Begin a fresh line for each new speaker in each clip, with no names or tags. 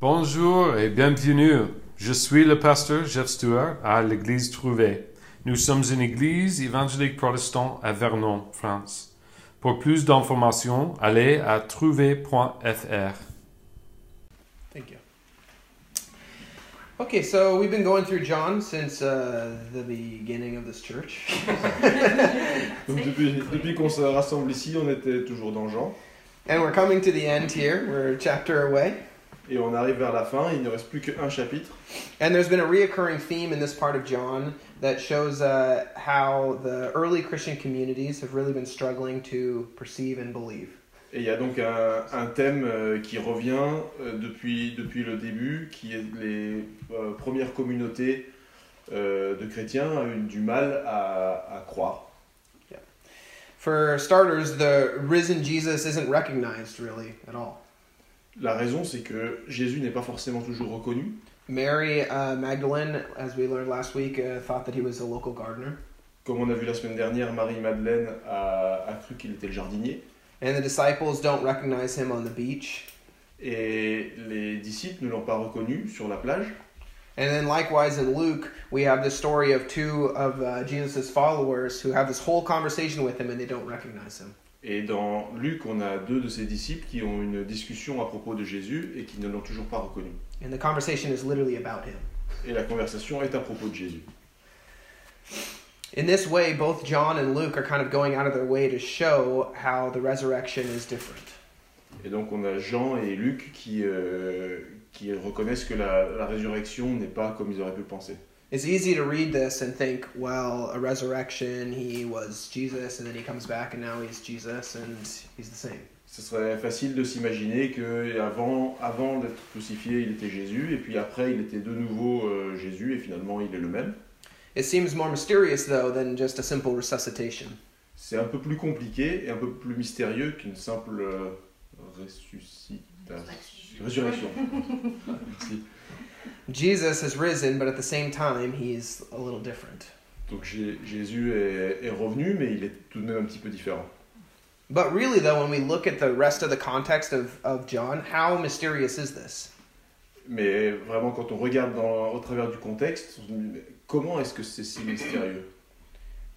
Bonjour et bienvenue. Je suis le pasteur Jeff Stewart à l'église Trouvé. Nous sommes une église évangélique protestante à Vernon, France. Pour plus d'informations, allez à trouvé.fr.
Thank you. Okay, so we've been going through John since uh, the beginning of this church.
Donc depuis, depuis qu'on se rassemble ici, on était toujours dans Jean.
And we're coming to the end here. We're a chapter away.
Et on arrive vers la fin, il ne reste plus qu'un chapitre.
And there's been a reoccurring theme in this part of John that shows uh, how the early Christian communities have really been struggling to perceive and believe.
Et il y a donc un, un thème euh, qui revient euh, depuis, depuis le début, qui est les euh, premières communautés euh, de chrétiens ont eu du mal à, à croire.
For starters, the risen Jesus isn't recognized really at all.
La raison, c'est que Jésus n'est pas forcément toujours reconnu.
Mary uh, Magdalene, as we learned last week, uh, thought that he was a local gardener.
Comme on a vu la semaine dernière, Marie-Madeleine a, a cru qu'il était le jardinier.
And the disciples don't recognize him on the beach.
Et les disciples ne l'ont pas reconnu sur la plage.
And then, likewise, in Luke, we have the story of two of uh, Jesus' followers who have this whole conversation with him and they don't recognize him.
Et dans Luc, on a deux de ses disciples qui ont une discussion à propos de Jésus et qui ne l'ont toujours pas reconnu.
And the conversation is literally about him.
Et la conversation est à propos de Jésus.
In this way, both John and Luke are kind of going out of their way to show how the resurrection is different.
Et donc on a Jean et Luc qui, euh, qui reconnaissent que la, la résurrection n'est pas comme ils auraient pu le penser.
It's easy to read this and think, well, a resurrection, he was Jesus, and then he comes back and now he's Jesus, and he's the same.
Ce serait facile de s'imaginer que avant, avant d'être crucifié, il était Jésus, et puis après, il était de nouveau euh, Jésus, et finalement, il est le même.
It seems more mysterious, though, than just a simple resuscitation.
C'est un peu plus compliqué et un peu plus mystérieux qu'une simple euh, ressuscitation. Résurrection. Merci.
Jesus has risen, but at the same time, he's a little different.
Donc Jé- Jésus est, est revenu, mais il est tout de même un petit peu différent.
But really, though, when we look at the rest of the context of, of John, how mysterious is this?
Mais vraiment, quand on regarde dans- au travers du contexte, on se dit, mais comment est-ce que c'est si mystérieux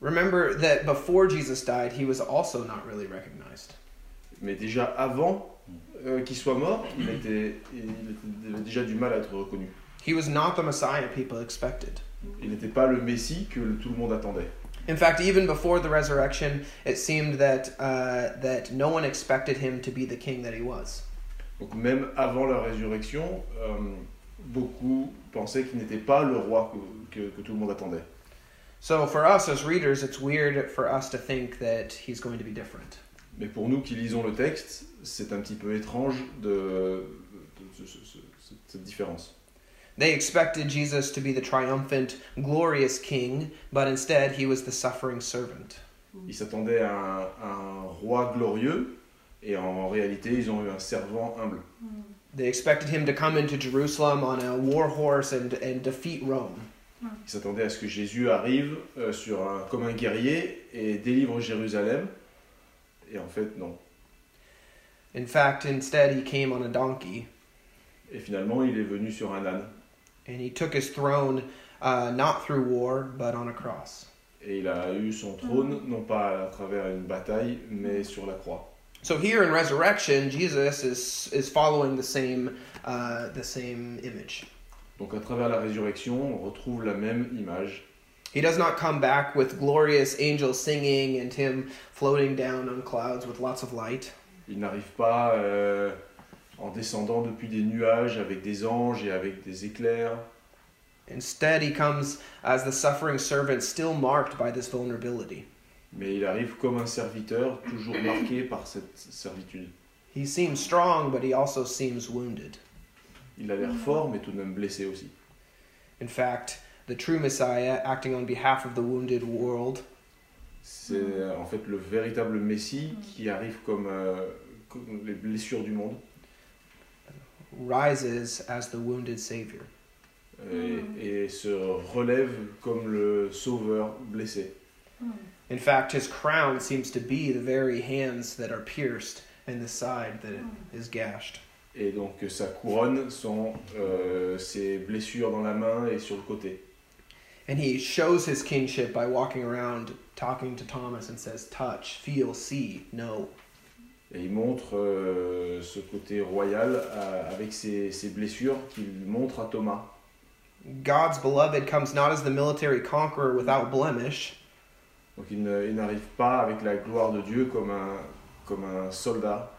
Remember that before Jesus died, he was also not really recognized.
Mais déjà avant euh, qu'il soit mort, il, était, il avait déjà du mal à être reconnu.
He was not the Messiah people expected.
Il n'était pas le Messie que le- tout le monde attendait.
In fact, even before the resurrection, it seemed that, uh, that no one expected him to be the king that he was.
Donc même avant la résurrection, euh, beaucoup pensaient qu'il n'était pas le roi que, que- que tout le monde attendait.
So for us as readers, it's weird for us to think that he's going to be different.
Mais pour nous qui lisons le texte, c'est un petit peu étrange de, de ce- ce- ce- cette- cette différence.
They expected Jesus to be the triumphant, glorious king, but instead he was the suffering servant.
Ils s'attendaient à un, un roi glorieux, et en réalité, ils ont eu un servant humble.
They expected him to come into Jerusalem on a war horse and, and defeat Rome.
Ils s'attendaient à ce que Jésus arrive euh, sur un, comme un guerrier et délivre Jérusalem. Et en fait, non.
In fact, instead, he came on a donkey
Et finalement, il est venu sur un âne.
and he took his throne uh, not through war, but on a cross.
Et il a eu son trône, non pas à travers une bataille, mais sur la croix.
So here in resurrection, Jesus is, is following the same, uh, the same image.
Donc à travers la résurrection, on retrouve la même image.
He does not come back with glorious angels singing and him floating down on clouds with lots of light.
Il n'arrive pas euh, en descendant depuis des nuages avec des anges et avec des éclairs.
Instead, he comes as the suffering servant, still marked by this vulnerability.
Mais il arrive comme un serviteur, toujours marqué par cette servitude.
He seems strong, but he also seems wounded.
Il a l'air fort, mais tout de même blessé aussi.
In fact, the true Messiah, acting on behalf of the wounded world,
C'est euh, en fait le véritable Messie qui arrive comme, euh, comme les blessures du monde
rises as the wounded Savior.
euh, et, et se relève comme le sauveur blessé.
In fact, his crown seems to be the very hands that are pierced and the side that is gashed.
Et donc sa couronne sont euh, ses blessures dans la main et sur le côté.
And he shows his kingship by walking around talking to Thomas and says, Touch, feel, see, know.
Et il montre euh, ce côté royal à- avec ses, ses blessures qu'il montre à Thomas.
God's beloved comes not as the military conqueror without blemish,
Donc il ne- il n'arrive pas avec la gloire de Dieu comme un, comme un soldat,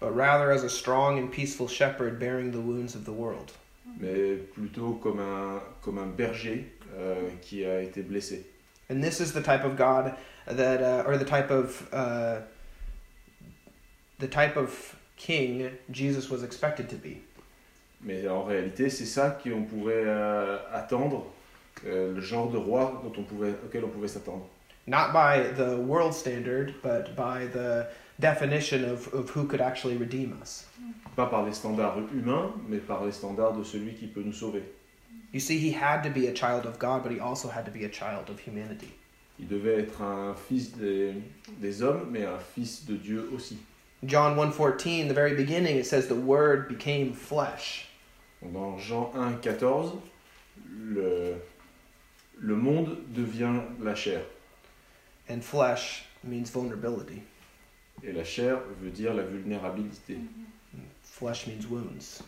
but rather as a strong and peaceful shepherd bearing the wounds of the world.
mais plutôt comme un, comme un berger euh, qui a été blessé.
And this is the type of God that, uh, or the type of, uh, the type of king Jesus was expected to be.
Mais en réalité, c'est ça qu'on pourrait euh, attendre, euh, le genre de roi dont on pouvait, auquel on pouvait s'attendre.
Not by the world standard, but by the definition of, of who could actually redeem us.
Pas par les standards humains, mais par les standards de celui qui peut nous sauver.
You see, he had to be a child of God, but he also had to be a child of humanity.
Il devait être un fils des, des hommes, mais un fils de Dieu aussi.
John 1:14, the very beginning, it says the word became flesh.
Donc, Dans Jean 1, 14, le, le monde devient la chair.
And flesh means vulnerability.
Et la chair veut dire la vulnérabilité,
Flesh means wounds.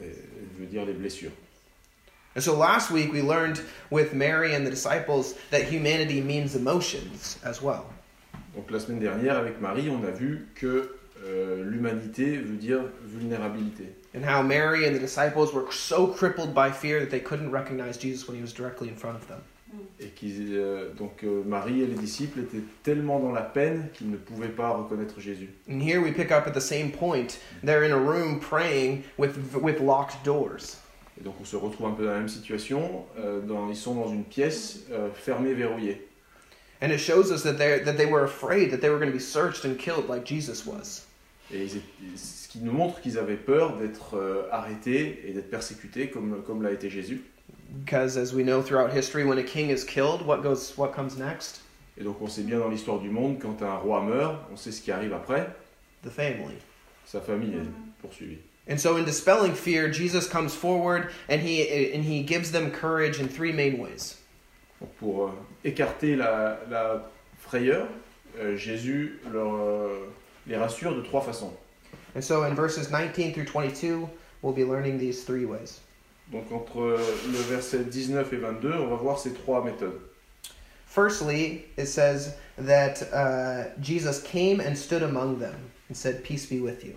et- et veut dire les blessures.
And so last week we learned with Mary and the disciples that humanity means emotions as well.
Donc la semaine dernière, avec Marie, on a vu que euh, l'humanité veut dire vulnérabilité.
And how Mary and the disciples were so crippled by fear that they couldn't recognize Jesus when he was directly in front of them.
Et qu'ils, euh, donc euh, Marie et les disciples étaient tellement dans la peine qu'ils ne pouvaient pas reconnaître Jésus.
And here we pick up at the same point. They're in a room praying with with locked doors.
Et donc on se retrouve un peu dans la même situation. euh, dans- ils sont dans une pièce euh, fermée, verrouillée.
And it shows us that they that they were afraid that they were going to be searched and killed like Jesus was.
Et ils étaient- ce qui nous montre qu'ils avaient peur d'être euh, arrêtés et d'être persécutés comme, comme l'a été Jésus.
Because as we know throughout history when a king is killed, what goes what comes next?
Et donc on sait bien dans l'histoire du monde, quand un roi meurt, on sait ce qui arrive après,
The family.
sa famille est poursuivie.
And so in dispelling fear, Jesus comes forward and he and he gives them courage in three main ways.
Donc, pour euh, écarter la, la frayeur, euh, Jésus leur, euh, les rassure de trois façons.
And so in verses 19 through 22, we'll be learning these three ways.
Donc entre euh, le verset 19 et 22, on va voir ces trois méthodes.
Firstly, it says that uh, Jesus came and stood among them and said, "Peace be with you."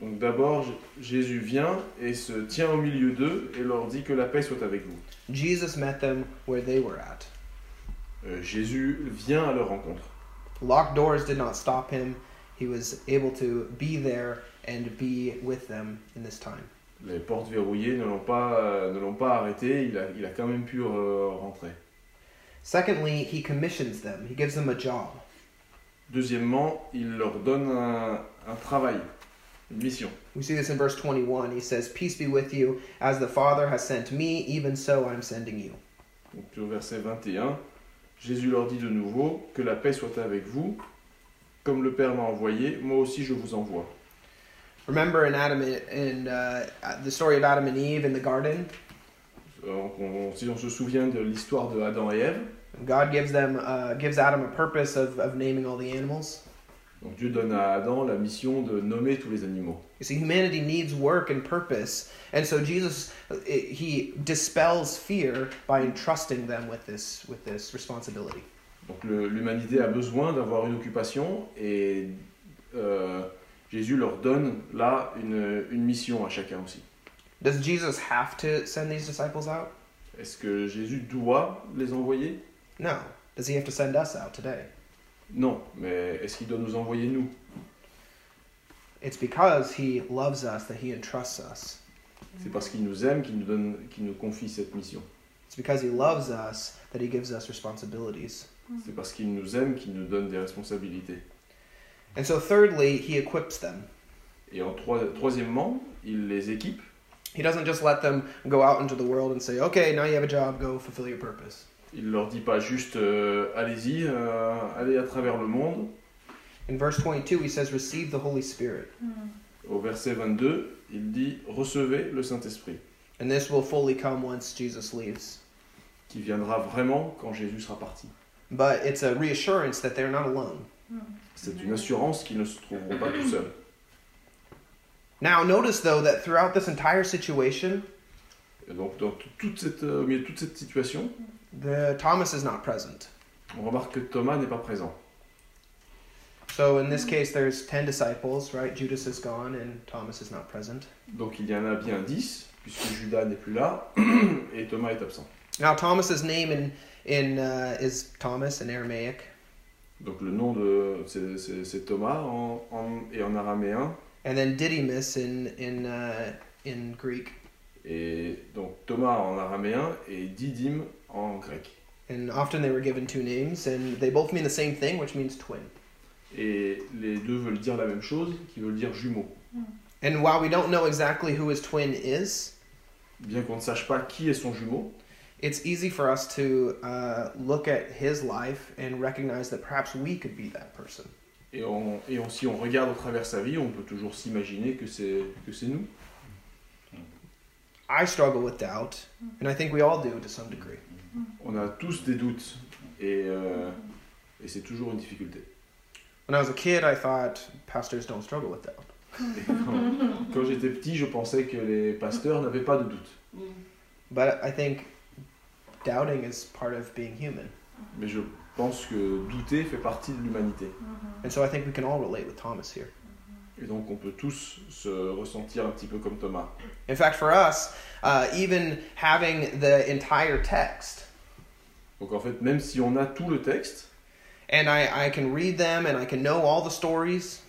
Donc d'abord, J- Jésus vient et se tient au milieu d'eux et leur dit que la paix soit avec vous.
Jesus met them where they were at.
Euh, Jésus vient à leur rencontre.
Locked doors did not stop him. He was able to be there and be with them in this time.
Les portes verrouillées ne l'ont pas, euh, ne l'ont pas arrêté, il a, il a quand même pu euh, rentrer.
Secondly, he commissions them. He gives them a job.
Deuxièmement, il leur donne un, un travail, une mission.
We see this in verse 21. He says, Peace be with you. As the Father has sent me, even so I'm sending you.
Donc au verset 21, Jésus leur dit de nouveau, que la paix soit avec vous, comme le Père m'a envoyé, moi aussi je vous envoie.
Remember in Adam and, in, uh, the story of Adam and Eve in the garden,
Donc, Euh, on- si on se souvient de l'histoire de Adam et Ève,
God gives them uh, gives Adam a purpose of, of naming all the animals.
donc Dieu donne à Adam la mission de nommer tous les animaux.
You see, humanity needs work and purpose, and so Jesus uh, he dispels fear by entrusting them with this with this responsibility.
Donc le- l'humanité a besoin d'avoir une occupation et euh, Jésus leur donne là une, une mission à chacun aussi.
Does Jesus have to send these disciples out?
Est-ce que Jésus doit les envoyer
No. Does he have to send us out today?
Non, mais est-ce qu'il doit nous envoyer nous
It's because he loves us that he entrusts us.
C'est parce qu'il nous aime qu'il nous, donne, qu'il nous confie cette mission.
It's because he loves us that he gives us responsibilities.
C'est parce qu'il nous aime qu'il nous donne des responsabilités.
And so, thirdly, he equips them.
Et en trois- troisièmement, il les équipe.
He doesn't just let them go out into the world and say, okay, now you have a job, go fulfill your purpose.
Il leur dit pas juste euh, allez-y, euh, allez à travers le monde.
In verse 22, he says, receive the Holy Spirit.
Au verset 22, il dit Recevez le Saint-Esprit,
And this will fully come once Jesus leaves.
qui viendra vraiment quand Jésus sera parti.
But it's a reassurance that they're not alone.
C'est une assurance qu'ils ne se trouveront pas tout seuls.
Now, notice though that throughout this entire situation,
Et donc, dans t- toute cette, euh, au milieu de toute cette situation,
the Thomas is not present.
on remarque que Thomas n'est pas présent.
So in this case, there's ten disciples, right? Judas is gone, and Thomas is not present.
Donc, il y en a bien 10, puisque Judas n'est plus là, et Thomas est absent.
Now, Thomas's name in in uh, is Thomas in Aramaic,
Donc, le nom de. C'est c'est- c'est Thomas, en, en- et en araméen.
and then Didymus in in uh, in Greek.
Et donc, Thomas en araméen et Didyme en grec.
And often they were given two names, and they both mean the same thing, which means twin.
Et les deux veulent dire la même chose, qui veulent dire jumeaux.
And while we don't know exactly who his twin is,
Bien qu'on ne sache pas qui est son jumeau,
it's easy for us to uh, look at his life and recognize that perhaps we could be that person.
et, on, et on- si on regarde au travers sa vie, on peut toujours s'imaginer que c'est que c'est nous.
I struggle with doubt, and I think we all do to some degree.
On a tous des doutes, et, euh, et c'est toujours une difficulté.
When I was a kid, I thought pastors don't struggle with doubt.
Et quand quand j'étais petit, je pensais que les pasteurs n'avaient pas de doutes.
But I think doubting is part of being human.
Mais je pense que douter fait partie de l'humanité.
And so I think we can all relate with Thomas here.
Et donc on peut tous se ressentir un petit peu comme Thomas.
In fact, for us, uh, even having the entire text,
Donc en fait, même si on a tout le texte,
and I, I can read them and I can know all the stories,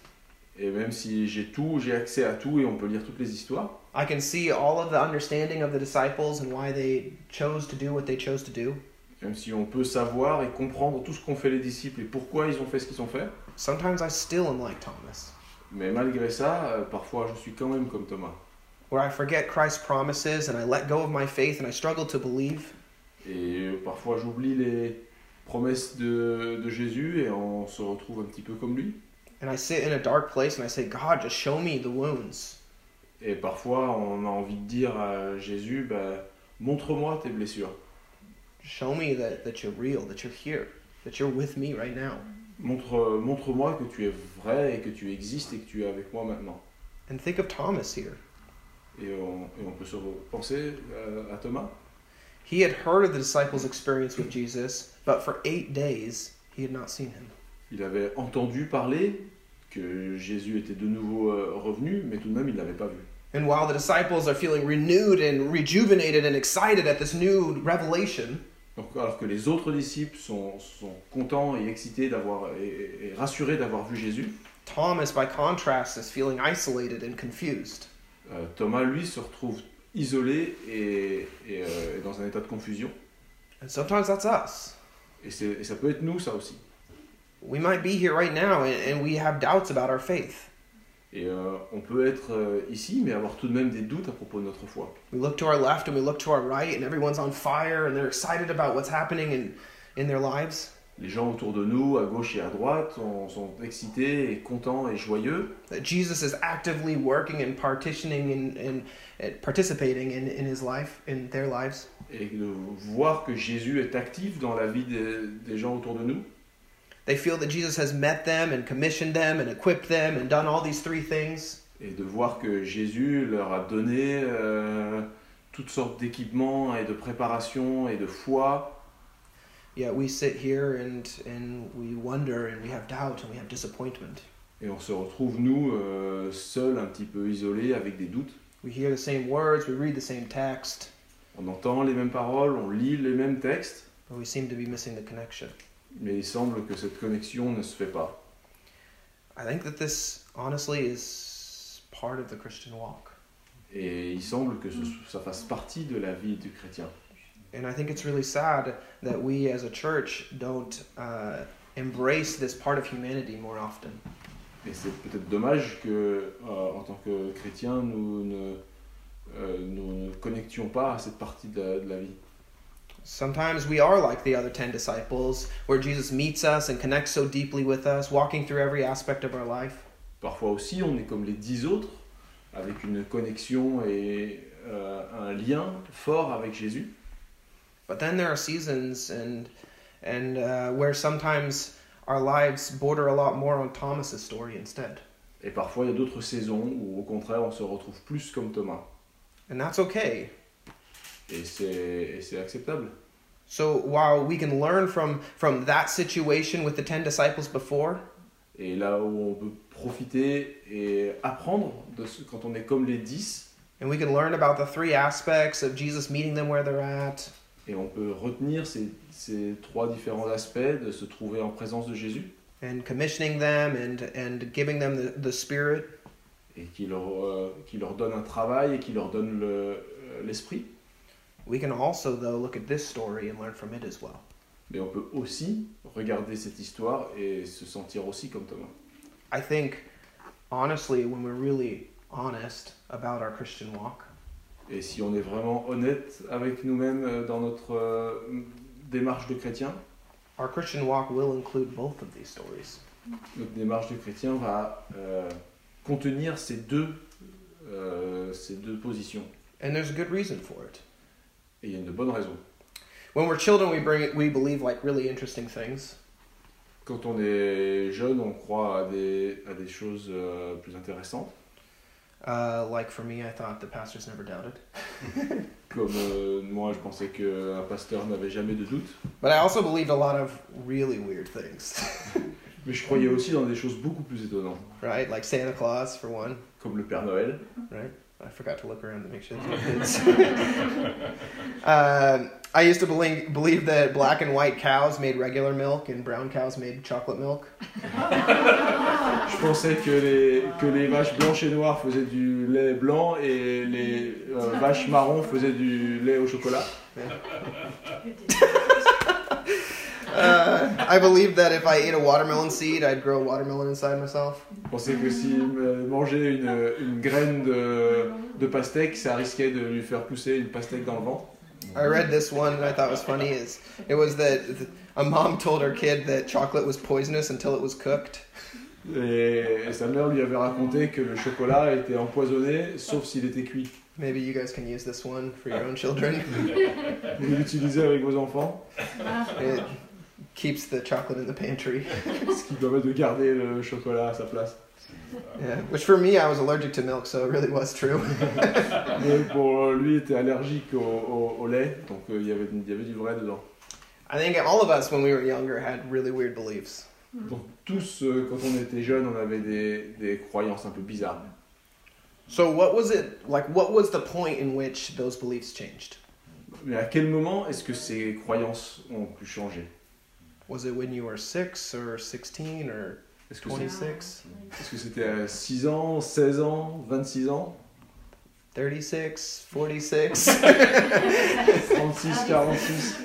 et même si j'ai tout, j'ai accès à tout et on peut lire toutes les histoires,
I can see all of the understanding of the disciples and why they chose to do what they chose to do.
Même si on peut savoir et comprendre tout ce qu'ont fait les disciples et pourquoi ils ont fait ce qu'ils ont fait,
Sometimes I still am like Thomas,
mais malgré ça, euh, parfois je suis quand même comme Thomas.
where I forget Christ's promises and I let go of my faith and I struggle to believe.
Et euh, parfois j'oublie les promesses de, de Jésus et on se retrouve un petit peu comme lui.
And I sit in a dark place and I say, God, just show me the wounds.
Et parfois on a envie de dire à Jésus, bah, montre-moi tes blessures,
Show me that, that you're real, that you're here, that you're with me right now.
montre-moi montre que tu es vrai et que tu existes et que tu es avec moi maintenant.
And think of Thomas here.
Et on, et on peut se repenser euh, à Thomas.
He had heard of the disciples' experience with Jesus, but for eight days he had not seen him.
Il avait entendu parler que Jésus était de nouveau euh, revenu, mais tout de même il n'avait pas vu.
And while the disciples are feeling renewed and rejuvenated and excited at this new revelation,
Donc, alors que les autres disciples sont, sont contents et excités d'avoir et, et rassurés d'avoir vu Jésus,
Thomas, by contrast, is feeling isolated and confused.
euh, Thomas lui se retrouve isolé et, et, euh, et dans un état de confusion.
And sometimes that's us.
Et, c'est- et ça peut être nous ça aussi.
We might be here right now and, and we have doubts about our faith.
Et euh, on peut être euh, ici, mais avoir tout de même des doutes à propos de notre foi.
We look to our left and we look to our right, and everyone's on fire and they're excited about what's happening in, in their lives.
Les gens autour de nous, à gauche et à droite, sont- sont excités et contents et joyeux,
That Jesus is actively working and partitioning and, and, and participating in, in his life, in their lives.
et de voir que Jésus est actif dans la vie des, des gens autour de nous.
They feel that Jesus has met them and commissioned them and equipped them and done all these three things.
Et de voir que Jésus leur a donné euh, toutes sortes d'équipements et de préparations et de foi.
Yet we sit here and, and we wonder and we have doubt and we have disappointment.
Et on se retrouve, nous, euh, seuls, un petit peu isolés, avec des doutes.
We hear the same words, we read the same text,
On entend les mêmes paroles, on lit les mêmes textes,
but we seem to be missing the connection.
mais il semble que cette connexion ne se fait pas.
I think that this, honestly, is part of the Christian walk.
Et il semble que ce- ça fasse partie de la vie du chrétien.
And I think it's really sad that we as a church don't uh, embrace this part of humanity more often.
Et c'est peut-être dommage que, euh, en tant que chrétiens, nous ne, euh, nous ne connections pas à cette partie de la, de la vie.
Sometimes we are like the other 10 disciples, where Jesus meets us and connects so deeply with us, walking through every aspect of our life.
Parfois aussi, on est comme les dix autres, avec une connexion et euh, un lien fort avec Jésus.
But then there are seasons and and uh, where sometimes our lives border a lot more on Thomas's story instead,
Et parfois, il y a d'autres saisons où, au contraire, on se retrouve plus comme Thomas.
and that's okay.
Et c'est et c'est acceptable.
So while we can learn from from that situation with the ten disciples before,
Et là où on peut profiter et apprendre de ce, quand on est comme les dix,
and we can learn about the three aspects of Jesus meeting them where they're at,
et on peut retenir ces, ces trois différents aspects de se trouver en présence de Jésus
and commissioning them and and giving them the, the spirit
et qui leur, euh, qui leur donne un travail et qui leur donne le- euh, l'esprit.
we can also though look at this story and learn from it as well
Mais on peut aussi regarder cette histoire et se sentir aussi comme Thomas.
i think honestly when we're really honest about our christian walk
Et si on est vraiment honnête avec nous-mêmes euh, dans notre euh, démarche de chrétien,
our christian walk will include both of these stories
notre démarche de chrétien va euh, contenir ces deux, euh, ces deux positions.
and there's a good reason for it
Et il y a une bonne raison.
when we're children we bring it we believe like really interesting things
Quand on est jeune, on croit à des, à des choses euh, plus intéressantes,
uh, like for me i thought the pastors never doubted
comme euh, moi je pensais qu'un pasteur n'avait jamais de doute.
but i also believed a lot of really weird things
Mais je croyais aussi dans des choses beaucoup plus étonnantes,
right like santa claus for one
comme le Père Noël.
right? I forgot to look around to make sure there's no kids. uh, I used to believe, believe that black and white cows made regular milk and brown cows made chocolate milk.
Je pensais que les, que les vaches blanches et noires faisaient du lait blanc et les euh, vaches marrons faisaient du lait au chocolat.
Uh, I believed that if I ate a watermelon seed, I'd grow a watermelon inside myself.
Je pensais que si euh, mangeait une, une graine de, de pastèque, ça risquait de lui faire pousser une pastèque dans le ventre.
I read this one that I thought was funny. Is it was that th- a mom told her kid that chocolate was poisonous until it was cooked.
Et, sa mère lui avait raconté que le chocolat était empoisonné, sauf s'il était cuit.
Maybe you guys can use this one for your own children.
Vous l'utilisez avec vos enfants,
It keeps the chocolate in the pantry.
ce qui permet de garder le chocolat à sa place.
Yeah. Which for me, I was allergic to milk, so it really was true.
Mais pour euh, lui, il était allergique au, au- au lait, donc euh, il y avait- il y avait du vrai dedans.
I think all of us, when we were younger, had really weird beliefs.
Donc tous, euh, quand on était jeunes, on avait des, des croyances un peu bizarres.
So, what was it like? What was the point in which those beliefs changed?
Mais à quel moment est-ce que ces croyances ont pu changer
Was it when you were six or 16 or
Est-ce que c'est-
26,
est-ce que c'était à 6 ans, 16 ans, 26 ans,
36, 46?
36, 46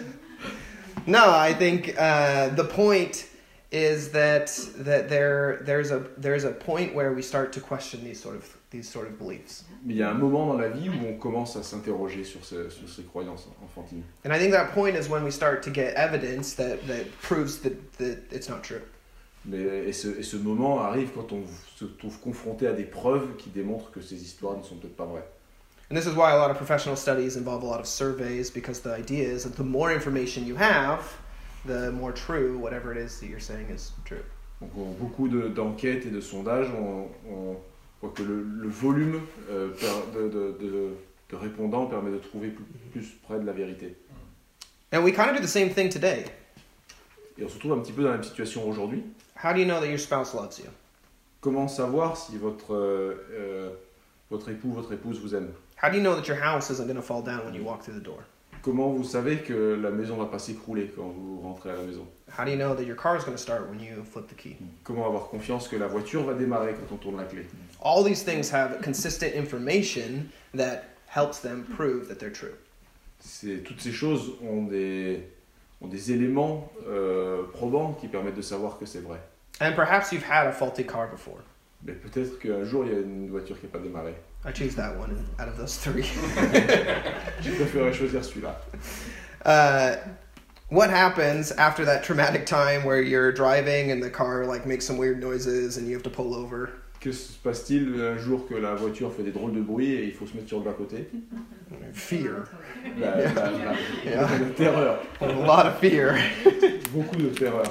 no, I think uh, the point is that that there there's a there's a point where we start to question these sort of these sort of beliefs.
Mais il y a un moment dans la vie où on commence à s'interroger sur, ce- sur ces croyances enfantines.
And I think that point is when we start to get evidence that, that proves that, that it's not true.
Mais, et, ce, et ce moment arrive quand on se trouve confronté à des preuves qui démontrent que ces histoires ne sont peut-être pas vraies.
And this is why a lot of professional studies involve a lot of surveys because the idea is that the more information you have, the more true whatever it is that you're saying is true.
Donc en beaucoup de- d'enquêtes et de sondages, on, on voit que le, le volume euh, per- de, de- de- de répondants permet de trouver plus, plus près de la vérité.
And we kind of do the same thing today.
Et on se trouve un petit peu dans la même situation aujourd'hui.
How do you know that your spouse loves you?
Comment savoir si votre, euh, euh, votre époux, votre épouse vous aime
How do you know that your house isn't going to fall down when you walk through the door?
Comment vous savez que la maison va pas s'écrouler quand vous rentrez à la maison
How do you know that your car is going to start when you flip the key?
Comment avoir confiance que la voiture va démarrer quand on tourne la clé
All these things have consistent information that helps them prove that they're true.
C'est- Toutes ces choses ont des, ont des éléments euh, probants qui permettent de savoir que c'est vrai.
And perhaps you've had a faulty car before.
Mais peut-être qu'un jour, il y a une voiture qui n'a pas démarré.
I choose that one out of those three.
J'ai préféré choisir celui-là.
Uh, what happens after that traumatic time where you're driving and the car like makes some weird noises and you have to pull over?
Que se passe-t-il un jour que la voiture fait des drôles de bruit et il faut se mettre sur le bas-côté
Fear.
La- la- la-
Yeah.
la terreur.
A lot of fear.
Beaucoup de terreur.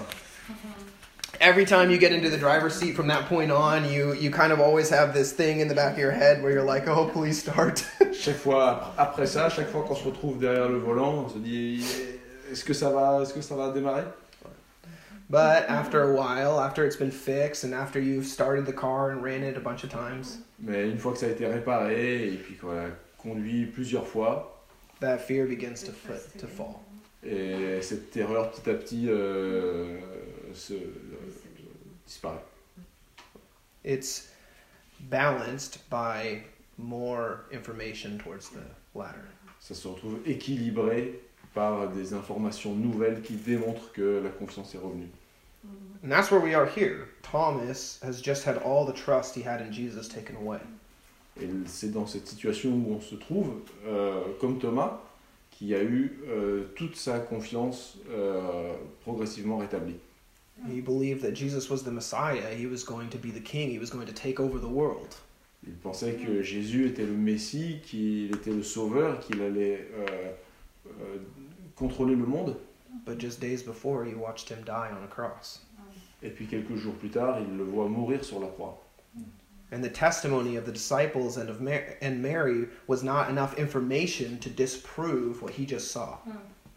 Every time you get into the driver's seat from that point on, you, you kind of always have this thing in the back of your head where you're like, oh, please start.
Chaque fois ap- après ça, chaque fois qu'on se retrouve derrière le volant, on se dit est-ce que ça va, est-ce que ça va démarrer
But after a while, after it's been fixed and after you've started the car and ran it a bunch of times,
Mais une fois que ça a été réparé et puis qu'on l'a conduit plusieurs fois,
that fear begins to, fl- to fall.
et cette terreur petit à petit euh, se euh, disparaît.
It's balanced by more information towards the latter.
Ça se retrouve équilibré par des informations nouvelles qui démontrent que la confiance est revenue.
And that's where we are here. Thomas has just had all the trust he had in Jesus taken away.
Et c'est dans cette situation où on se trouve, euh, comme Thomas, qui a eu euh, toute sa confiance euh, progressivement rétablie.
He believed that Jesus was the Messiah, he was going to be the king, he was going to take over the world.
Il pensait que Jésus était le Messie, qu'il était le Sauveur, qu'il allait euh, euh, contrôler le monde.
But just days before, you watched him die on a cross.
Et puis quelques jours plus tard, il le voit mourir sur la croix.
And the testimony of the disciples and of Mar- and Mary was not enough information to disprove what he just saw.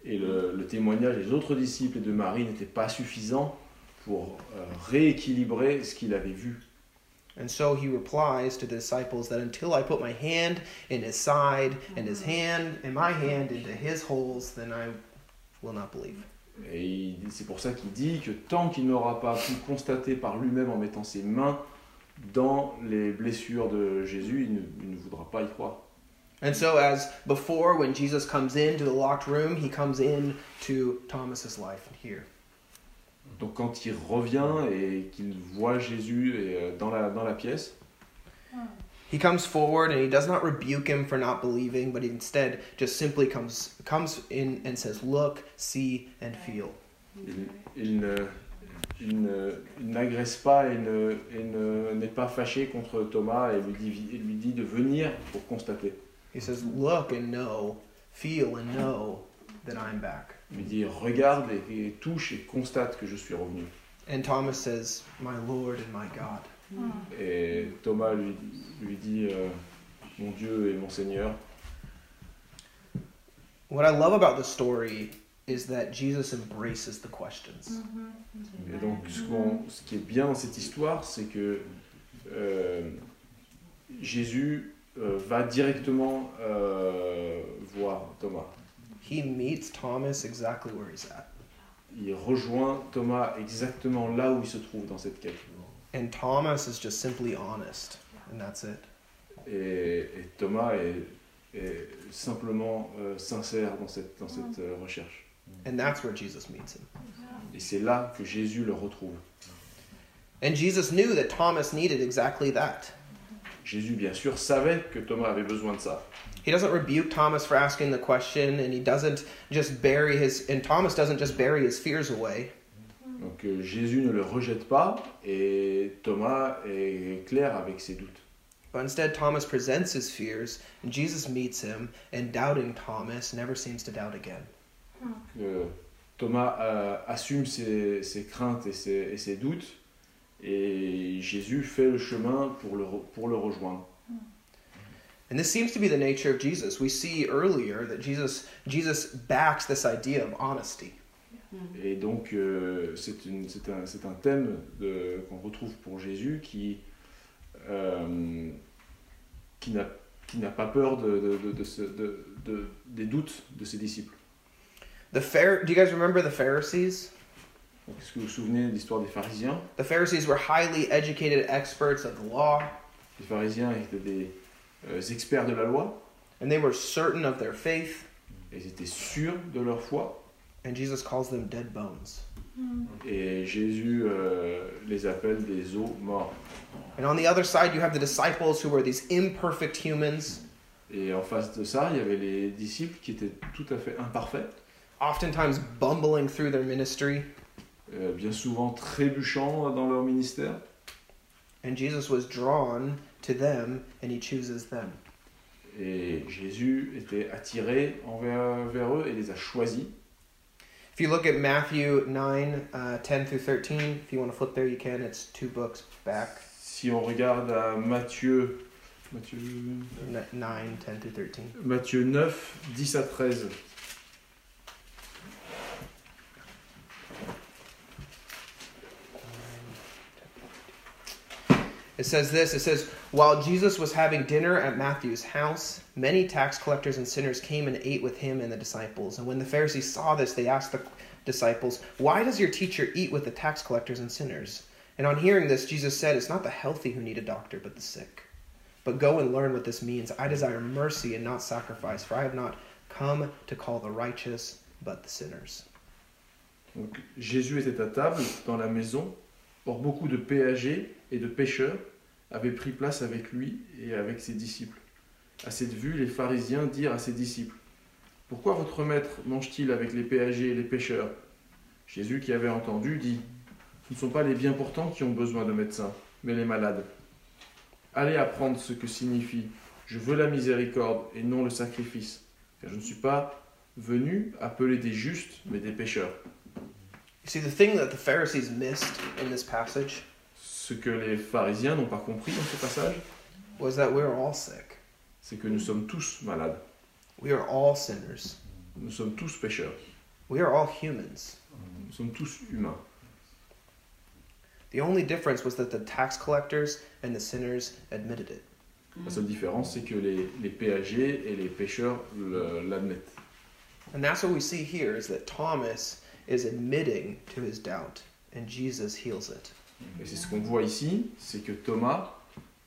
Et le, le témoignage des autres disciples et de Marie n'était pas suffisant pour euh, rééquilibrer ce qu'il avait vu.
And so he replies to the disciples that until I put my hand in his side and his hand and my hand into his holes, then I will not believe.
Et il- c'est pour ça qu'il dit que tant qu'il n'aura pas pu constater par lui-même en mettant ses mains dans les blessures de Jésus, il ne, il ne voudra pas y croire.
And so, as before, when Jesus comes into the locked room, he comes in to Thomas's life here.
Donc quand il revient et qu'il voit Jésus et, euh, dans, la, dans la pièce,
He comes forward and he does not rebuke him for not believing, but instead just simply comes comes in and says, "Look, see, and feel."
il, il ne- il ne- il n'agresse pas et ne- et ne- n'est pas fâché contre Thomas et lui dit, et lui dit de venir pour constater.
He says, "Look and know, feel and know that I'm back."
Il lui dit regarde et, et touche et constate que je suis revenu.
And Thomas says, "My Lord and my God."
Et Thomas lui, lui dit euh, Mon Dieu et mon Seigneur.
What I love about this story is that Jesus embraces the
Mm-hmm.
questions.
Et donc, ce, qu'on- ce qui est bien dans cette histoire, c'est que euh, Jésus euh, va directement euh, voir Thomas.
He meets Thomas exactly where he's at.
Il rejoint Thomas exactement là où il se trouve dans cette quête.
And Thomas is just simply honest, and that's it.
Et, et Thomas est, est simplement euh, sincère dans cette, dans cette euh, recherche.
And that's where Jesus meets him.
Et c'est là que Jésus le retrouve.
And Jesus knew that Thomas needed exactly that.
Jésus, bien sûr, savait que Thomas avait besoin de ça.
He doesn't rebuke Thomas for asking the question, and he doesn't just bury his, and Thomas doesn't just bury his fears away.
Donc euh, Jésus ne le rejette pas et Thomas est clair avec ses doutes.
But instead, Thomas presents his fears, and Jesus meets him, and doubting Thomas never seems to doubt again.
Que Thomas euh, assume ses, ses craintes et ses, et ses doutes et Jésus fait le chemin pour le, re- pour le rejoindre.
And this seems to be the nature of Jesus. We see earlier that Jesus, Jesus backs this idea of honesty.
Et donc euh, c'est une- c'est un, c'est un thème de- qu'on retrouve pour Jésus qui, euh, qui n'a qui n'a pas peur de, de- de- de ce- de- de- des doutes de ses disciples.
The Phar- Do you guys remember the Pharisees?
Donc, Est-ce que vous vous souvenez de l'histoire des pharisiens
The Pharisees were highly educated experts of the law,
Les pharisiens étaient des euh, experts de la loi,
and they were certain of their faith,
et ils étaient sûrs de leur foi,
and Jesus calls them dead bones.
et Jésus euh, les appelle des os morts.
And on the other side, you have the disciples who were these imperfect humans,
Et en face de ça, il y avait les disciples qui étaient tout à fait imparfaits,
oftentimes bumbling through their ministry,
euh, bien souvent trébuchants dans leur ministère,
And Jesus was drawn to them and he chooses them.
Et Jésus était attiré envers vers eux et les a choisis.
If you look at Matthew 9, uh, 10 through 13, if you want to flip there, you can. It's two books back.
Si on regarde à Matthieu, Matthieu,
N- 9, 10 through 13.
Matthieu 9, 10 à 13.
It says this It says, While Jesus was having dinner at Matthew's house, many tax collectors and sinners came and ate with him and the disciples. And when the Pharisees saw this, they asked the disciples, Why does your teacher eat with the tax collectors and sinners? And on hearing this, Jesus said, It's not the healthy who need a doctor, but the sick. But go and learn what this means. I desire mercy and not sacrifice, for I have not come to call the righteous, but the sinners.
Donc, Jésus était à table dans la maison. Or, beaucoup de péagers et de pêcheurs avaient pris place avec lui et avec ses disciples. À cette vue, les pharisiens dirent à ses disciples Pourquoi votre maître mange-t-il avec les péagers et les pêcheurs Jésus, qui avait entendu, dit Ce ne sont pas les bien portants qui ont besoin de médecins, mais les malades. Allez apprendre ce que signifie Je veux la miséricorde et non le sacrifice, car je ne suis pas venu appeler des justes, mais des pécheurs.
You see, the thing that the Pharisees missed in this passage
Ce que les pharisiens n'ont pas compris dans ce passage,
was that we're all sick.
c'est que nous sommes tous malades.
We are all sinners.
Nous sommes tous pécheurs.
We are all humans.
Nous sommes tous humains.
The only difference was that the tax collectors and the sinners admitted it.
La seule différence, c'est que les, les péagers et les pécheurs le- l'admettent.
And that's what we see here is that Thomas is admitting to his doubt and Jesus heals it.
Et c'est ce qu'on voit ici, c'est que Thomas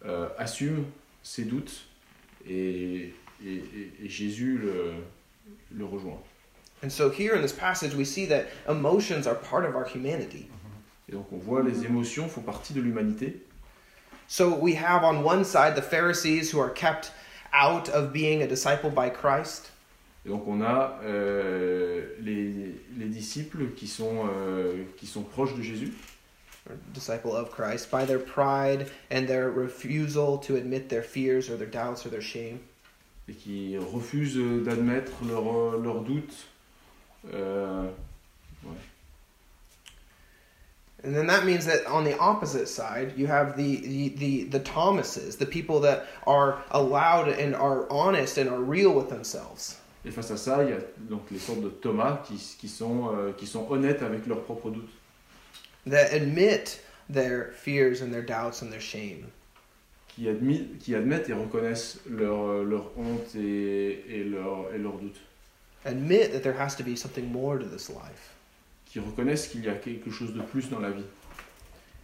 euh, assume ses doutes et, et- et- et Jésus le, le rejoint.
And so here in this passage we see that emotions are part of our humanity.
Et donc on voit les émotions font partie de l'humanité.
So we have on one side the Pharisees who are kept out of being a disciple by Christ.
Et donc on a euh, les, les disciples qui sont, euh, qui sont proches de Jésus.
or disciple of Christ by their pride and their refusal to admit their fears or their doubts or their shame.
et qui refusent euh, d'admettre leurs euh, leurs doutes. Euh,
And then that means that on the opposite side, you have the, the, the, the Thomases, the people that are allowed and are honest and are real with themselves.
et face à ça, il y a donc les sortes de Thomas qui, qui, sont, euh, qui sont honnêtes avec leurs propres doutes,
That admit their fears and their doubts and their shame.
qui, admi- qui admettent et reconnaissent leur, euh, leur honte et, et leurs et leurs doutes,
Admit that there has to be something more to this life.
qui reconnaissent qu'il y a quelque chose de plus dans la vie,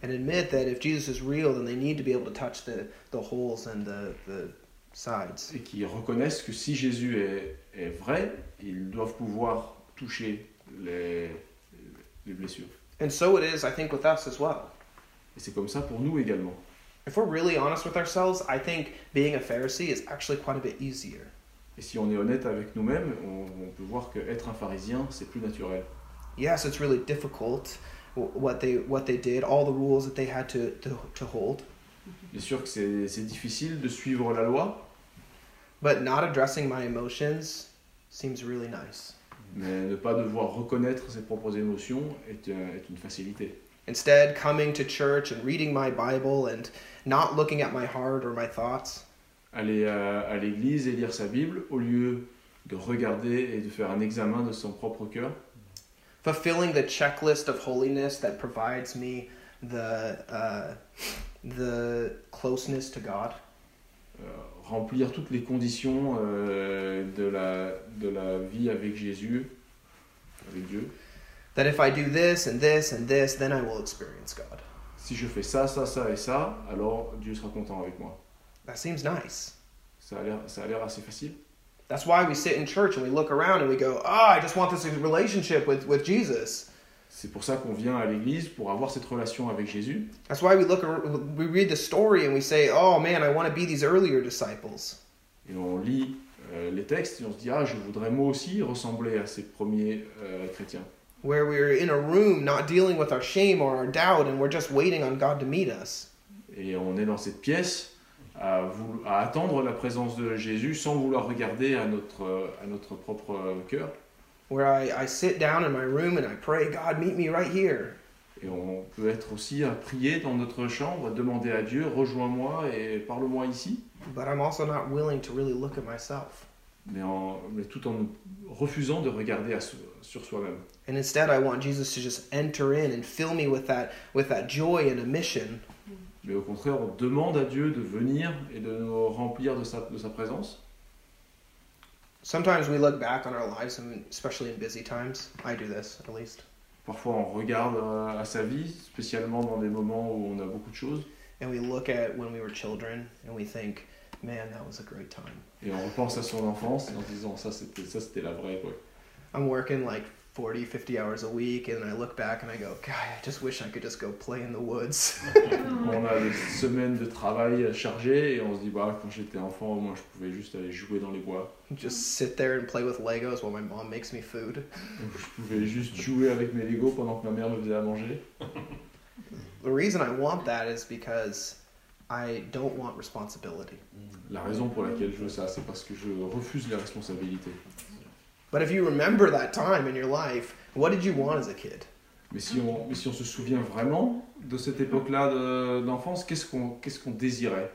And admit that if Jesus is real, then they need to be able to touch the, the holes and the, the sides.
et qui reconnaissent que si Jésus est, est vrai, ils doivent pouvoir toucher les, les blessures.
And so it is, I think, with us as well.
Et c'est comme ça pour nous également.
If we're really honest with ourselves, I think being a Pharisee is actually quite a bit easier.
Et si on est honnête avec nous-mêmes, on, on peut voir qu'être un pharisien, c'est plus naturel.
Yes, it's really difficult wh- what they what they did, all the rules that they had to to, to hold,
Bien sûr que c'est c'est difficile de suivre la loi,
but not addressing my emotions seems really nice.
mais ne pas devoir reconnaître ses propres émotions est, euh, est une facilité.
Instead, coming to church and reading my Bible and not looking at my heart or my thoughts,
Aller à, à l'église et lire sa Bible, au lieu de regarder et de faire un examen de son propre cœur,
fulfilling the checklist of holiness that provides me the uh, the closeness to God.
euh, remplir toutes les conditions euh, de, la, de la vie avec Jésus, avec Dieu.
That if I do this and this and this, then I will experience God.
Si je fais ça, ça, ça et ça, alors Dieu sera content avec moi.
That seems nice.
Ça a l'air- ça a l'air assez facile.
That's why we sit in church and we look around and we go, ah, I just want this relationship with, with Jesus.
C'est pour ça qu'on vient à l'église, pour avoir cette relation avec Jésus.
That's why we look, ar- we read the story and we say, oh man, I want to be these earlier disciples.
Et on lit euh, les textes et on se dit Ah, je voudrais moi aussi ressembler à ces premiers euh, chrétiens.
Where we're in a room not dealing with our shame or our doubt and we're just waiting on God to meet us.
Et Et on est dans cette pièce à, vou- à attendre la présence de Jésus sans vouloir regarder à notre, euh, à notre propre euh, cœur.
where I, I sit down in my room and I pray, God, meet me right here.
Et on peut être aussi à prier dans notre chambre, à demander à Dieu, rejoins-moi et parle-moi ici.
But I'm also not willing to really look at myself.
Mais, en- mais tout en nous refusant de regarder à so- sur soi-même.
And instead, I want Jesus to just enter in and fill me with that, with that joy and a mission.
Mais au contraire, on demande à Dieu de venir et de nous remplir de sa, de sa présence.
Sometimes we look back on our lives, and especially in busy times. I do this, at least.
Parfois, on regarde euh, à sa vie, spécialement dans des moments où on a beaucoup de choses,
And we look at when we were children and we think, man, that was a great time.
et on repense à son enfance en se disant ça, c'était ça, c'était la vraie. Quoi.
I'm working like 40, 50 hours a week, and I look back and I go, God, I just wish I could just go play in the woods.
On a des semaines de travail chargées et on se dit bah quand j'étais enfant, au moins je pouvais juste aller jouer dans les bois,
just sit there and play with Legos while my mom makes me food.
je pouvais juste jouer avec mes Lego pendant que ma mère me faisait à manger.
The reason I want that is because I don't want responsibility.
La raison pour laquelle je veux ça, c'est parce que je refuse les responsabilités.
But if you remember that time in your life, what did you want as a kid?
Mais si on, mais si on se souvient vraiment de cette époque-là de- d'enfance, qu'est-ce qu'on qu'est-ce qu'on désirait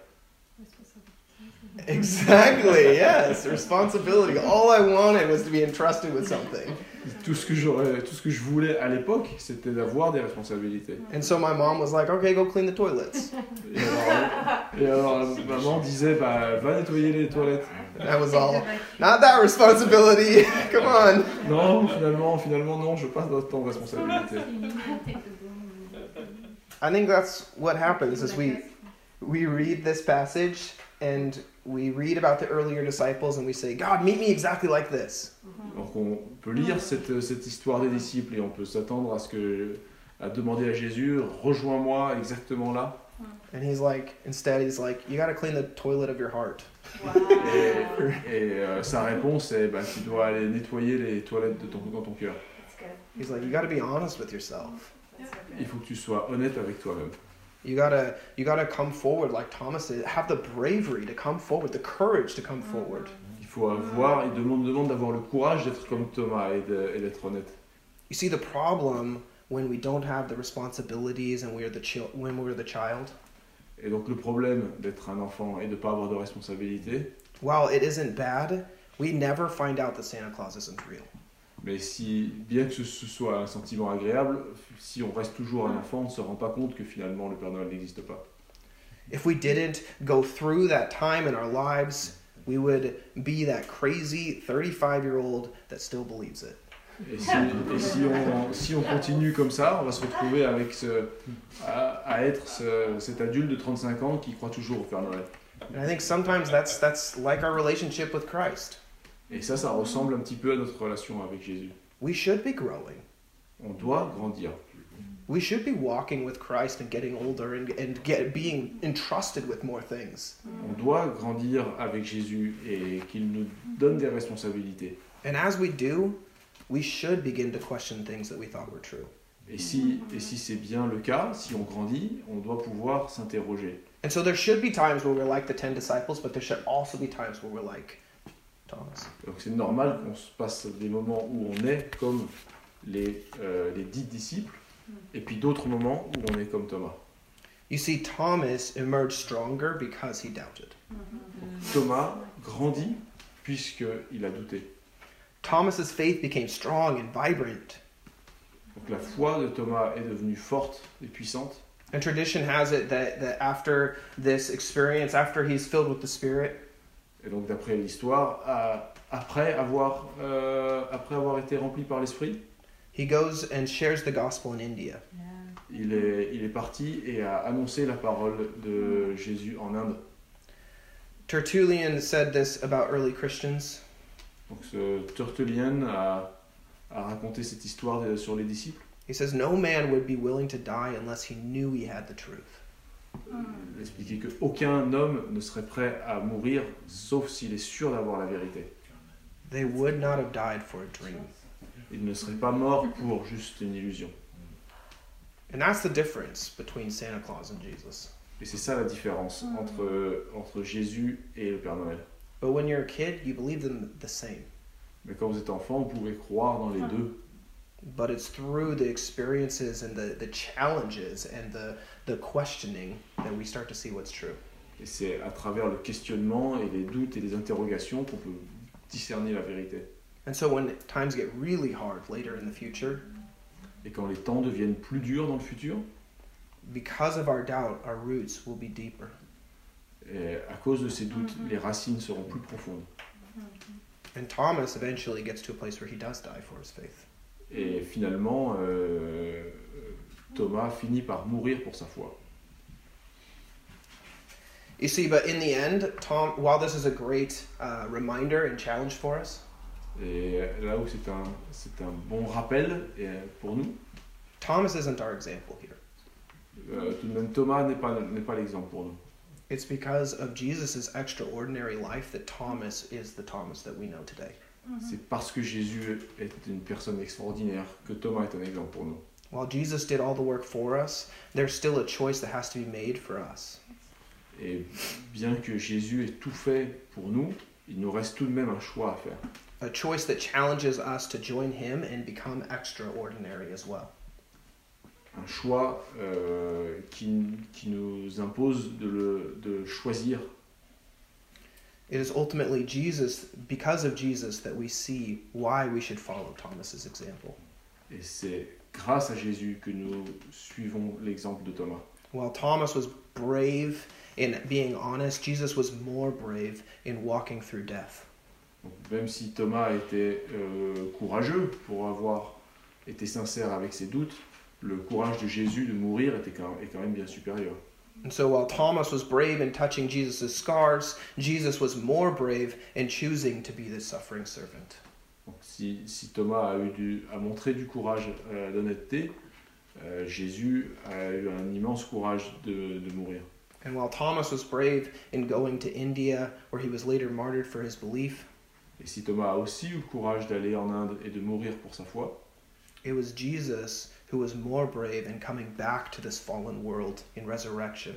Exactly, yes, responsibility. All I wanted was to be entrusted with something.
Tout ce que j'aurais, tout ce que je voulais à l'époque, c'était d'avoir des responsabilités.
And so my mom was like, okay, go clean the toilets.
Et alors, et alors, maman disait bah va nettoyer les toilettes.
And I was all, not that responsibility, come on.
Non, finalement, finalement non, je passe dans de responsabilité.
I think that's what happens is we, we read this passage and we read about the earlier disciples and we say, God, meet me exactly like this.
Donc on peut lire cette, cette histoire des disciples et on peut s'attendre à ce que à demander à Jésus rejoins-moi exactement là.
And he's like, instead, he's like, you got to clean the toilet of your heart.
Et, et, euh, sa réponse est bah tu dois aller nettoyer les toilettes de ton, dans ton cœur.
He's like, you got to be honest with yourself.
Il faut que tu sois honnête avec toi-même.
You gotta, you gotta come forward like Thomas did. Have the bravery to come forward, the courage to
Mm-hmm.
come forward.
Il faut avoir, il demande demande d'avoir le courage d'être comme Thomas et de- et d'être honnête.
You see the problem when we don't have the responsibilities and we're the chil- when we're the child.
Et donc le problème d'être un enfant et de ne pas avoir de responsabilité,
While it isn't bad, we never find out that Santa Claus isn't real.
mais si bien que ce, ce soit un sentiment agréable, si on reste toujours un enfant, on ne se rend pas compte que finalement le Père Noël n'existe pas.
If we didn't go through that time in our lives, we would be that crazy 35 year old that still believes it.
Et, si, et si, on, si on continue comme ça, on va se retrouver avec ce, à, à être ce- cet adulte de 35 ans qui croit toujours au Père Noël.
And I think sometimes that's that's like our relationship with Christ.
Et ça, ça ressemble un petit peu à notre relation avec Jésus.
We should be growing.
On doit grandir.
We should be walking with Christ and getting older and, and get being entrusted with more things.
On doit grandir avec Jésus et qu'il nous donne des responsabilités.
And as we do, we should begin to question things that we thought were true.
Et si, et si c'est bien le cas, si on grandit, on doit pouvoir s'interroger.
And so there should be times where we're like the ten disciples, but there should also be times where we're like Thomas.
Donc c'est normal qu'on se passe des moments où on est comme les, euh, les dix disciples, et puis d'autres moments où on est comme Thomas.
You see, Thomas emerged stronger because he doubted.
Thomas grandit puisqu'il a douté.
Thomas's faith became strong and vibrant.
Donc la foi de Thomas est devenue forte et puissante.
And tradition has it that, that after this experience, after he's filled with the Spirit,
Et donc d'après l'histoire, à- après, avoir, euh, après avoir été rempli par l'Esprit,
he goes and shares the gospel in India.
il est, il est parti et a annoncé la parole de Jésus en Inde.
Tertullian said this about early Christians.
Donc ce Tertullien a, a raconté cette histoire de- sur les disciples.
He says, No man would be willing to die unless he knew he had the truth.
Mm.
Il expliquait qu'aucun homme ne serait prêt à mourir sauf s'il est sûr d'avoir la vérité.
They would not have died for a dream.
Il ne serait pas mort pour juste une illusion.
And that's the difference between Santa Claus and Jesus.
Et c'est ça la différence entre, euh, entre Jésus et le Père Noël.
But when you're a kid, you believe them the same.
Mais quand vous êtes enfant, vous pouvez croire dans les
Ouais.
deux.
But it's through the experiences and the, the challenges and the, the questioning that we start to see what's true.
Et c'est à travers le questionnement et les doutes et les interrogations qu'on peut discerner la vérité.
And so when times get really hard later in the future,
Et quand les temps deviennent plus durs dans le futur,
because of our doubt, our roots will be deeper.
et à cause de ces doutes, les racines seront plus profondes.
And Thomas eventually gets to a place where he does die for his faith.
Et finalement, euh, Thomas finit par mourir pour sa foi.
You see, but in the end, Tom, while this is a great uh, reminder and challenge for us,
Et là où c'est un, c'est un bon rappel et, euh, pour nous,
Thomas isn't our example here.
euh, tout de même Thomas n'est pas, n'est pas l'exemple pour nous.
It's because of Jesus' extraordinary life that Thomas is the Thomas that we know today.
C'est parce que Jésus est une personne extraordinaire que Thomas est un exemple pour nous.
While Jesus did all the work for us, there's still a choice that has to be made for us.
Et bien que Jésus ait tout fait pour nous, il nous reste tout de même un choix à faire.
A choice that challenges us to join him and become extraordinary as well.
Un choix euh, qui, qui nous impose de, le, de choisir.
It is ultimately Jesus, because of Jesus, that we see why we should follow Thomas's example.
Et c'est grâce à Jésus que nous suivons l'exemple de Thomas.
While Thomas was brave in being honest, Jesus was more brave in walking through death.
Donc, même si Thomas était euh, courageux pour avoir été sincère avec ses doutes, le courage de Jésus de mourir était quand est quand même bien supérieur.
And so while Thomas was brave in touching Jesus' scars, Jesus was more brave in choosing to be the suffering servant.
Donc, si, si Thomas a, eu du- a montré du courage, euh, d'honnêteté, euh, Jésus a eu un immense courage de, de mourir.
And while Thomas was brave in going to India, where he was later martyred for his belief,
Et si Thomas a aussi eu le courage d'aller en Inde et de mourir pour sa foi,
it was Jesus who was more brave in coming back to this fallen world in resurrection,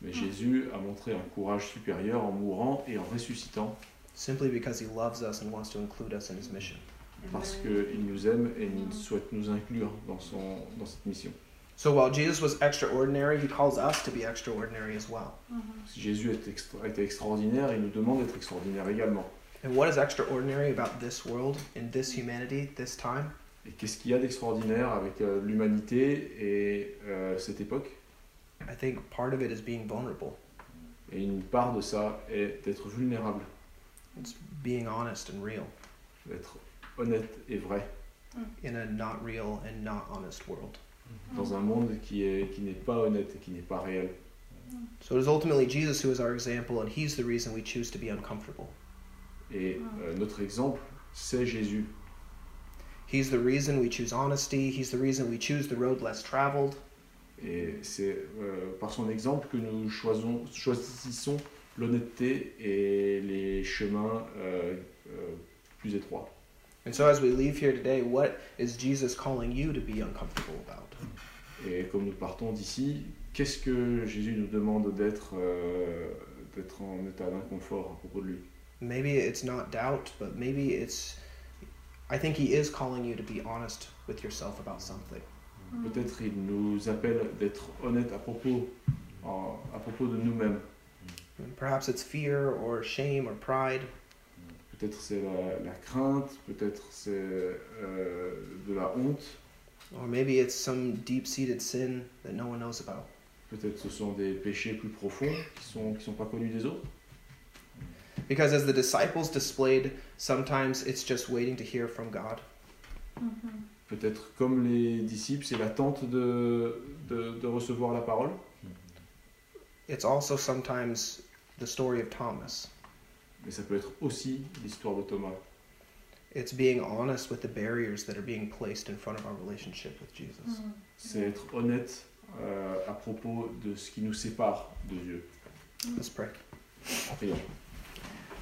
mais Jésus a montré un courage supérieur en mourant et en ressuscitant
simply because he loves us and wants to include us in his mission.
parce
Ben
qu'il nous aime et il souhaite nous inclure dans, son, dans cette mission.
So while Jesus was extraordinary, he calls us to be extraordinary as well.
Si Jésus est extra- était extraordinaire, il nous demande d'être extraordinaire également.
And what is extraordinary about this world and this humanity, this time?
Et qu'est-ce qu'il y a d'extraordinaire avec euh, l'humanité et euh, cette époque
I think part of it is being vulnerable.
Et une part de ça est d'être vulnérable,
It's being honest and real
d'être honnête et vrai
in a not real and not honest world.
dans un monde qui est qui n'est pas honnête et qui n'est pas réel.
So it is ultimately Jesus who is our example, and he's the reason we choose to be uncomfortable.
Et euh, notre exemple, c'est Jésus.
He's the reason we choose honesty. He's the reason we choose the road less traveled.
Et c'est euh, par son exemple que nous choisons- choisissons l'honnêteté et les chemins euh, euh, plus étroits.
And so, as we leave here today, what is Jesus calling you to be uncomfortable about?
Et comme nous partons d'ici, qu'est-ce que Jésus nous demande d'être euh, d'être en état d'inconfort à propos de lui
Maybe it's not doubt, but maybe it's. I think he is calling you to be honest with yourself about something.
Peut-être il nous appelle d'être honnête à propos, en- à propos de nous-mêmes.
And Perhaps it's fear or shame or pride.
Peut-être c'est la, la crainte, peut-être c'est euh, de la honte,
Or maybe it's some deep seated sin that no one knows about.
peut-être ce sont des péchés plus profonds qui sont, qui sont pas connus des autres.
Because as the disciples displayed, sometimes it's just waiting to hear from God.
Peut-être comme les disciples, c'est l'attente de- de- de recevoir la parole.
It's also sometimes the story of Thomas.
Mais ça peut être aussi l'histoire de Thomas.
It's being honest with the barriers that are being placed in front of our relationship with Jesus.
Mm-hmm.
c'est être honnête euh, à propos de ce qui nous sépare de Dieu.
Let's pray.
Prions.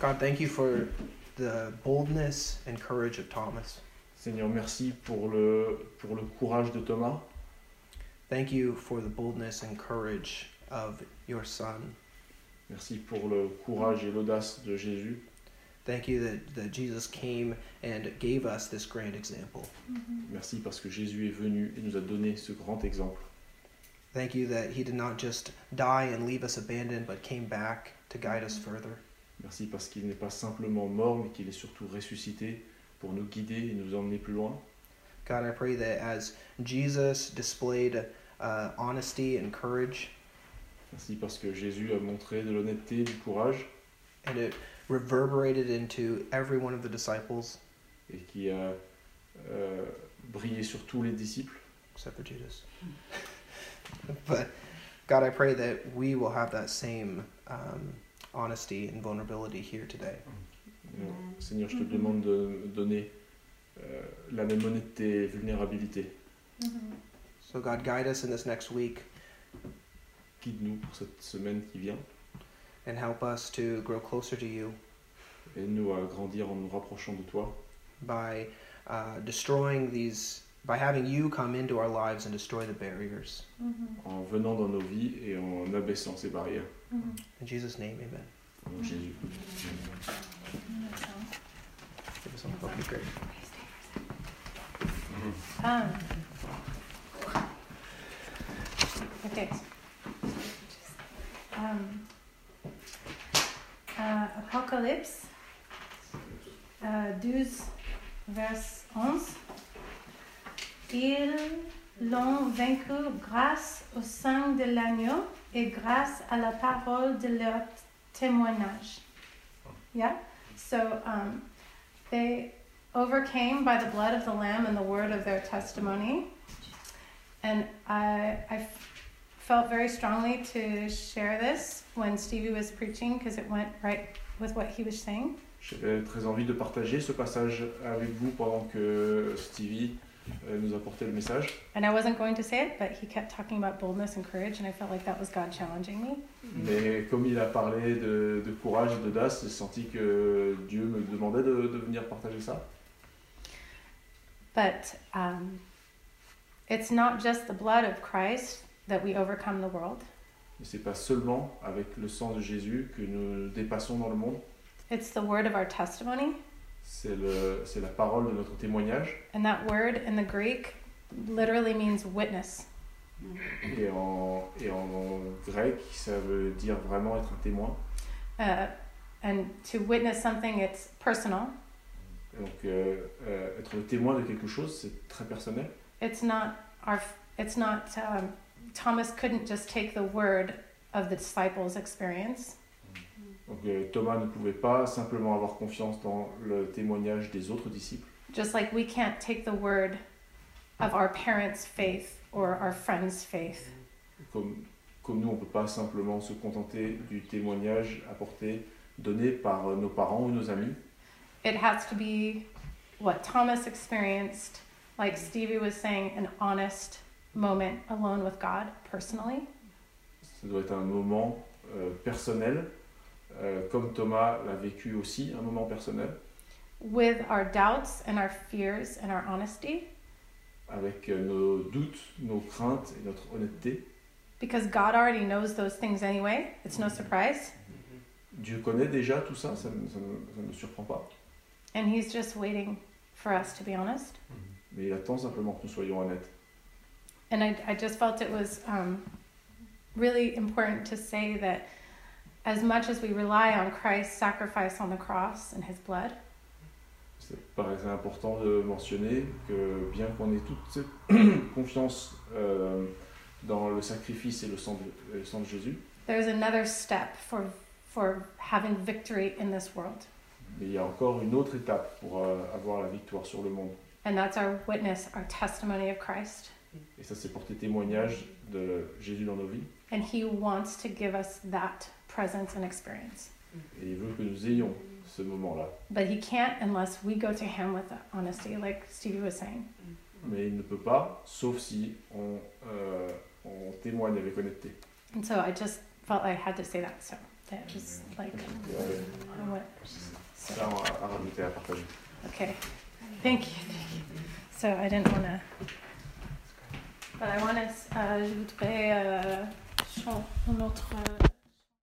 God, thank you for the boldness and courage of Thomas.
Seigneur, merci pour le, pour le courage de Thomas.
Thank you for the boldness and courage of your Son.
Merci pour le courage et l'audace de Jésus.
Thank you that, that Jesus came and gave us this grand example.
Merci parce que Jésus est venu et nous a donné ce grand exemple.
Thank you that He did not just die and leave us abandoned, but came back to guide us further.
Merci parce qu'il n'est pas simplement mort, mais qu'il est surtout ressuscité pour nous guider et nous emmener plus loin.
God, I pray that as Jesus displayed uh, honesty and courage,
Merci parce que Jésus a montré de l'honnêteté, du courage,
and it reverberated into every one of the disciples,
et qui a euh, brillé sur tous les disciples.
except for Judas. but God, I pray that we will have that same um, honesty and vulnerability here today.
Alors, Euh, Seigneur, je te demande de me donner euh, la même honnêteté et vulnérabilité.
So, God, guide us in this next week
Guide-nous pour cette semaine qui vient.
and help us to grow closer to you
Aide-nous à grandir en nous rapprochant de toi,
by uh, destroying these, by having you come into our lives and destroy the barriers.
en venant dans nos vies et en abaissant ces barrières.
In Jesus' name, amen.
Au
Mhm.
nom de Jésus.
Give us all hope and grace.
Um, okay. Um, uh, Apocalypse euh, 12, vers 11. Ils l'ont vaincu grâce au sang de l'agneau et grâce à la parole de leur témoignage. Yeah? So um, they overcame by the blood of the Lamb and the word of their testimony. And I, I f- felt very strongly to share this when Stevie was preaching because it went right with what he was saying.
J'avais très envie de partager ce passage avec vous pendant que Stevie euh, nous apportait le message.
And I wasn't going to say it, but he kept talking about boldness and courage, and I felt like that was God challenging me.
Mais comme il a parlé de, de courage et d'audace, j'ai senti que Dieu me demandait de, de venir partager ça.
But um, it's not just the blood of Christ that we overcome the world,
Mais c'est pas seulement avec le sang de Jésus que nous dépassons dans le monde,
it's the word of our testimony.
c'est le- c'est la parole de notre témoignage.
And that word in the Greek literally means witness.
Et en, et en, en grec, ça veut dire vraiment être un témoin.
Uh, and to witness something, it's personal.
Et Donc euh, euh, être le témoin de quelque chose, c'est très personnel.
It's not our. It's not. Um, Thomas couldn't just take the word of the disciples' experience.
Donc euh, Thomas ne pouvait pas simplement avoir confiance dans le témoignage des autres disciples.
Just like we can't take the word of our parents' faith or our friends' faith.
Comme, comme nous, on ne peut pas simplement se contenter du témoignage apporté, donné par euh, nos parents ou nos amis.
It has to be what Thomas experienced, like Stevie was saying, an honest moment alone with God personally.
Ça doit être un moment euh, personnel, euh, comme Thomas l'a vécu aussi, un moment personnel,
with our doubts and our fears and our honesty
avec euh, nos doutes, nos craintes et notre honnêteté.
because God already knows those things anyway. It's no surprise.
Dieu connaît déjà tout ça, ça ne ça ne- ça ne me surprend pas.
And He's just waiting for us to be honest.
Mais il attend simplement que nous soyons honnêtes.
And I, I just felt it was um, really important to say that as much as we rely on Christ's sacrifice on the cross and His blood,
Ça paraissait important de mentionner que bien qu'on ait toute cette confiance euh, dans le sacrifice et le sang de, le sang de Jésus,
there's another step for, for having victory in this world.
mais il y a encore une autre étape pour euh, avoir la victoire sur le monde.
And that's our witness, our testimony of Christ.
Et ça, c'est porter témoignage de Jésus dans nos vies.
And He wants to give us that presence and experience.
Et il veut que nous ayons ce moment-là.
But he can't unless we go to him with the honesty, like Stevie was saying.
Mais il ne peut pas, sauf si on, euh, on témoigne avec honnêteté.
And so I just felt I had to say that. So that was like,
Donc, euh,
I want.
ça,
So,
on a à rajouter, à partager.
okay. Thank you. Thank you. So I didn't want to. But I want to. Uh, je voudrais euh, cherchons un autre euh,